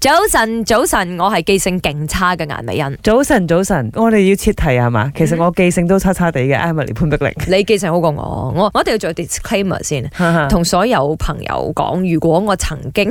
早晨，早晨，我係記性勁差嘅顏美欣，早晨，早晨，我哋要切題啊係嗯嘛？其實我記性都差差地嘅，Emily 潘碧玲。你記性好過我，我我一定要做 disclaimer 先，同所有朋友講，如果我曾經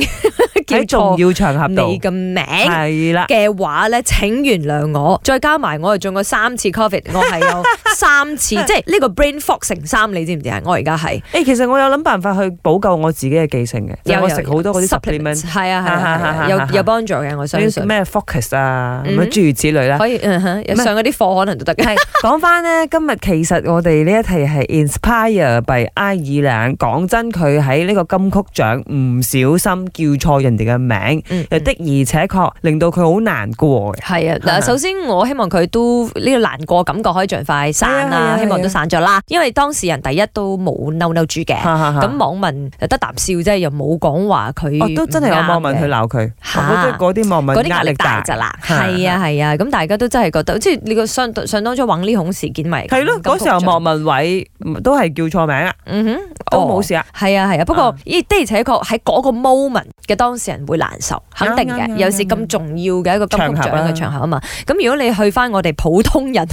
叫喺重錯要場合你度，嘅名係啦，嘅話咧，請原諒我。再加埋我係中過三次 covid，我係有三次，即係呢個 brain fog 乘三，你知唔知啊？我而家係誒，其實我有諗辦法去補救我自己嘅記性嘅，就係我食好多嗰啲 supplements， supplement，係啊係啊係啊，有有幫助嘅，我相信。咩 focus 啊，嗯咁樣諸如此類啦。可以嗯哼咩上嗰啲課可能都得嘅。 係講翻呢，今日其實我哋呢一題係 inspire by 埃爾蘭。講真，佢喺呢個金曲獎唔小心叫錯人哋嘅名，嗯又的而且確令到佢好難過嘅。 係啊，係嗱，咪首先我希望佢都呢個難過感覺可以盡快散係啊係啦，啊希望係啊都散咗啦。因為當事人第一都冇嬲嬲住嘅，咁咁網民得啖笑啫，又冇講話佢哦，都真係有網嗯民唔啱嘅去鬧佢，嚇我覺得嗰啲網嗰民啲壓壓力力大大。咋啦，嚇係啊係啊，咁大家都真係覺得，即係你個相相當咗揾呢孔事件嗯咪係咯，嗰時候莫望，文蔚嗯都係叫錯名啊，嗯哼，都哦冇事啊。係啊係啊，不過啊咦的而且確喺嗰個 moment 嘅當事人會難受，肯定啱啱嘅。啱有時咁重要嘅一個金曲獎場合啊嘅場合啊嘛，咁如果你去翻我哋普通人，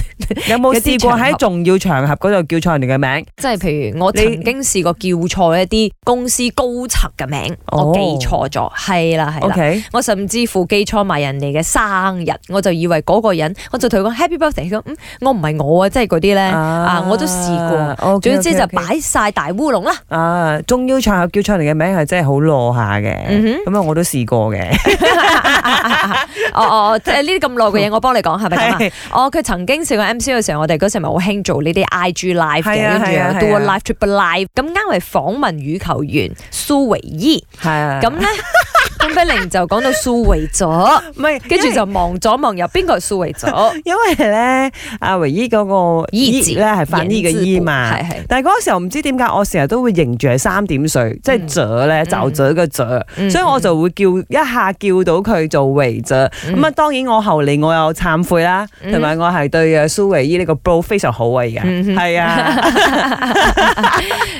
有冇有啲試過場喺合重要場合嗰度叫錯人哋嘅名？即係譬如我你曾經試過叫錯一啲公司高層嘅名，哦我記錯咗，係啦係 O 啦。 K，我甚至乎記錯埋人哋嘅生日，我就以為嗰個人，我就同佢講 Happy Birthday，佢講嗯我唔係我啊，即係嗰啲咧啊，我都試過。過總之就擺晒大烏龍啦，啊，重要場合叫錯人哋嘅名係真係好攞下嗯嘅。 哼咁啊，我都試過嘅。哦哦，即係呢啲咁耐嘅嘢，我幫你講係咪咁啊？係哦，佢曾經試過 MC 嘅時候，我哋嗰時咪好興做呢啲 IG live 嘅，係啊跟住係啊係又啊 do a live triple live。咁啱係訪問羽球員蘇維伊，係啊， 咁咧潘碧玲就講到蘇維咗， 唔係跟住。因為就望左望右，邊個係蘇維 咗？因為咧，阿維依嗰個伊字咧係反依嘅依嘛，係係但係嗰個時候唔知點解，我成日都會認住係三點水，即係嗯者咧，就者嘅者，嗯 所以我就會叫一下叫到佢做維者。嗯咁啊，當然我後嚟我有懺悔啦，嗯同埋我係對誒蘇維伊呢個 bro 非常好啊，而家嗯哼係 啊，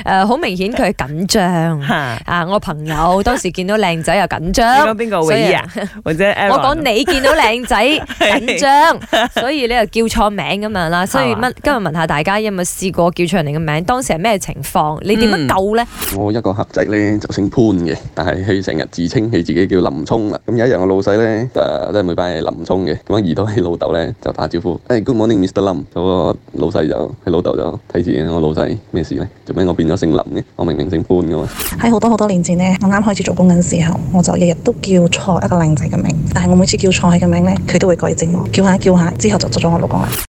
嗯誒，好明顯佢係緊張。嚇啊！我朋 友當時見到靚仔又緊你張講，邊個維伊啊，或者 Aaron 我講你見到靚 仔緊張，所以你又叫錯名咁樣啦。所以係嘛乜今日問下大家有冇試過叫錯人哋嘅名？當時係咩情況？你點嗯樣救咧？我一個客仔咧就姓潘嘅，但係佢成日自稱佢自己叫林聰啊啦。咁有一日我老細咧誒都係每班係林聰嘅，咁啊遇到佢老豆咧就打招呼， 誒、Good 哎 morning Mr. 林。咁我老細就佢老豆就睇住我老細咩事咧？做咩我變咗姓林嘅？我明明姓潘嘅嘛。喺好多好多年前呢，我啱開始做工嘅時候，我就日日都叫錯一個靚仔嘅名，但係我每次叫錯佢嘅名呢，佢都會改正我，叫下叫下之後就做咗我老公啦。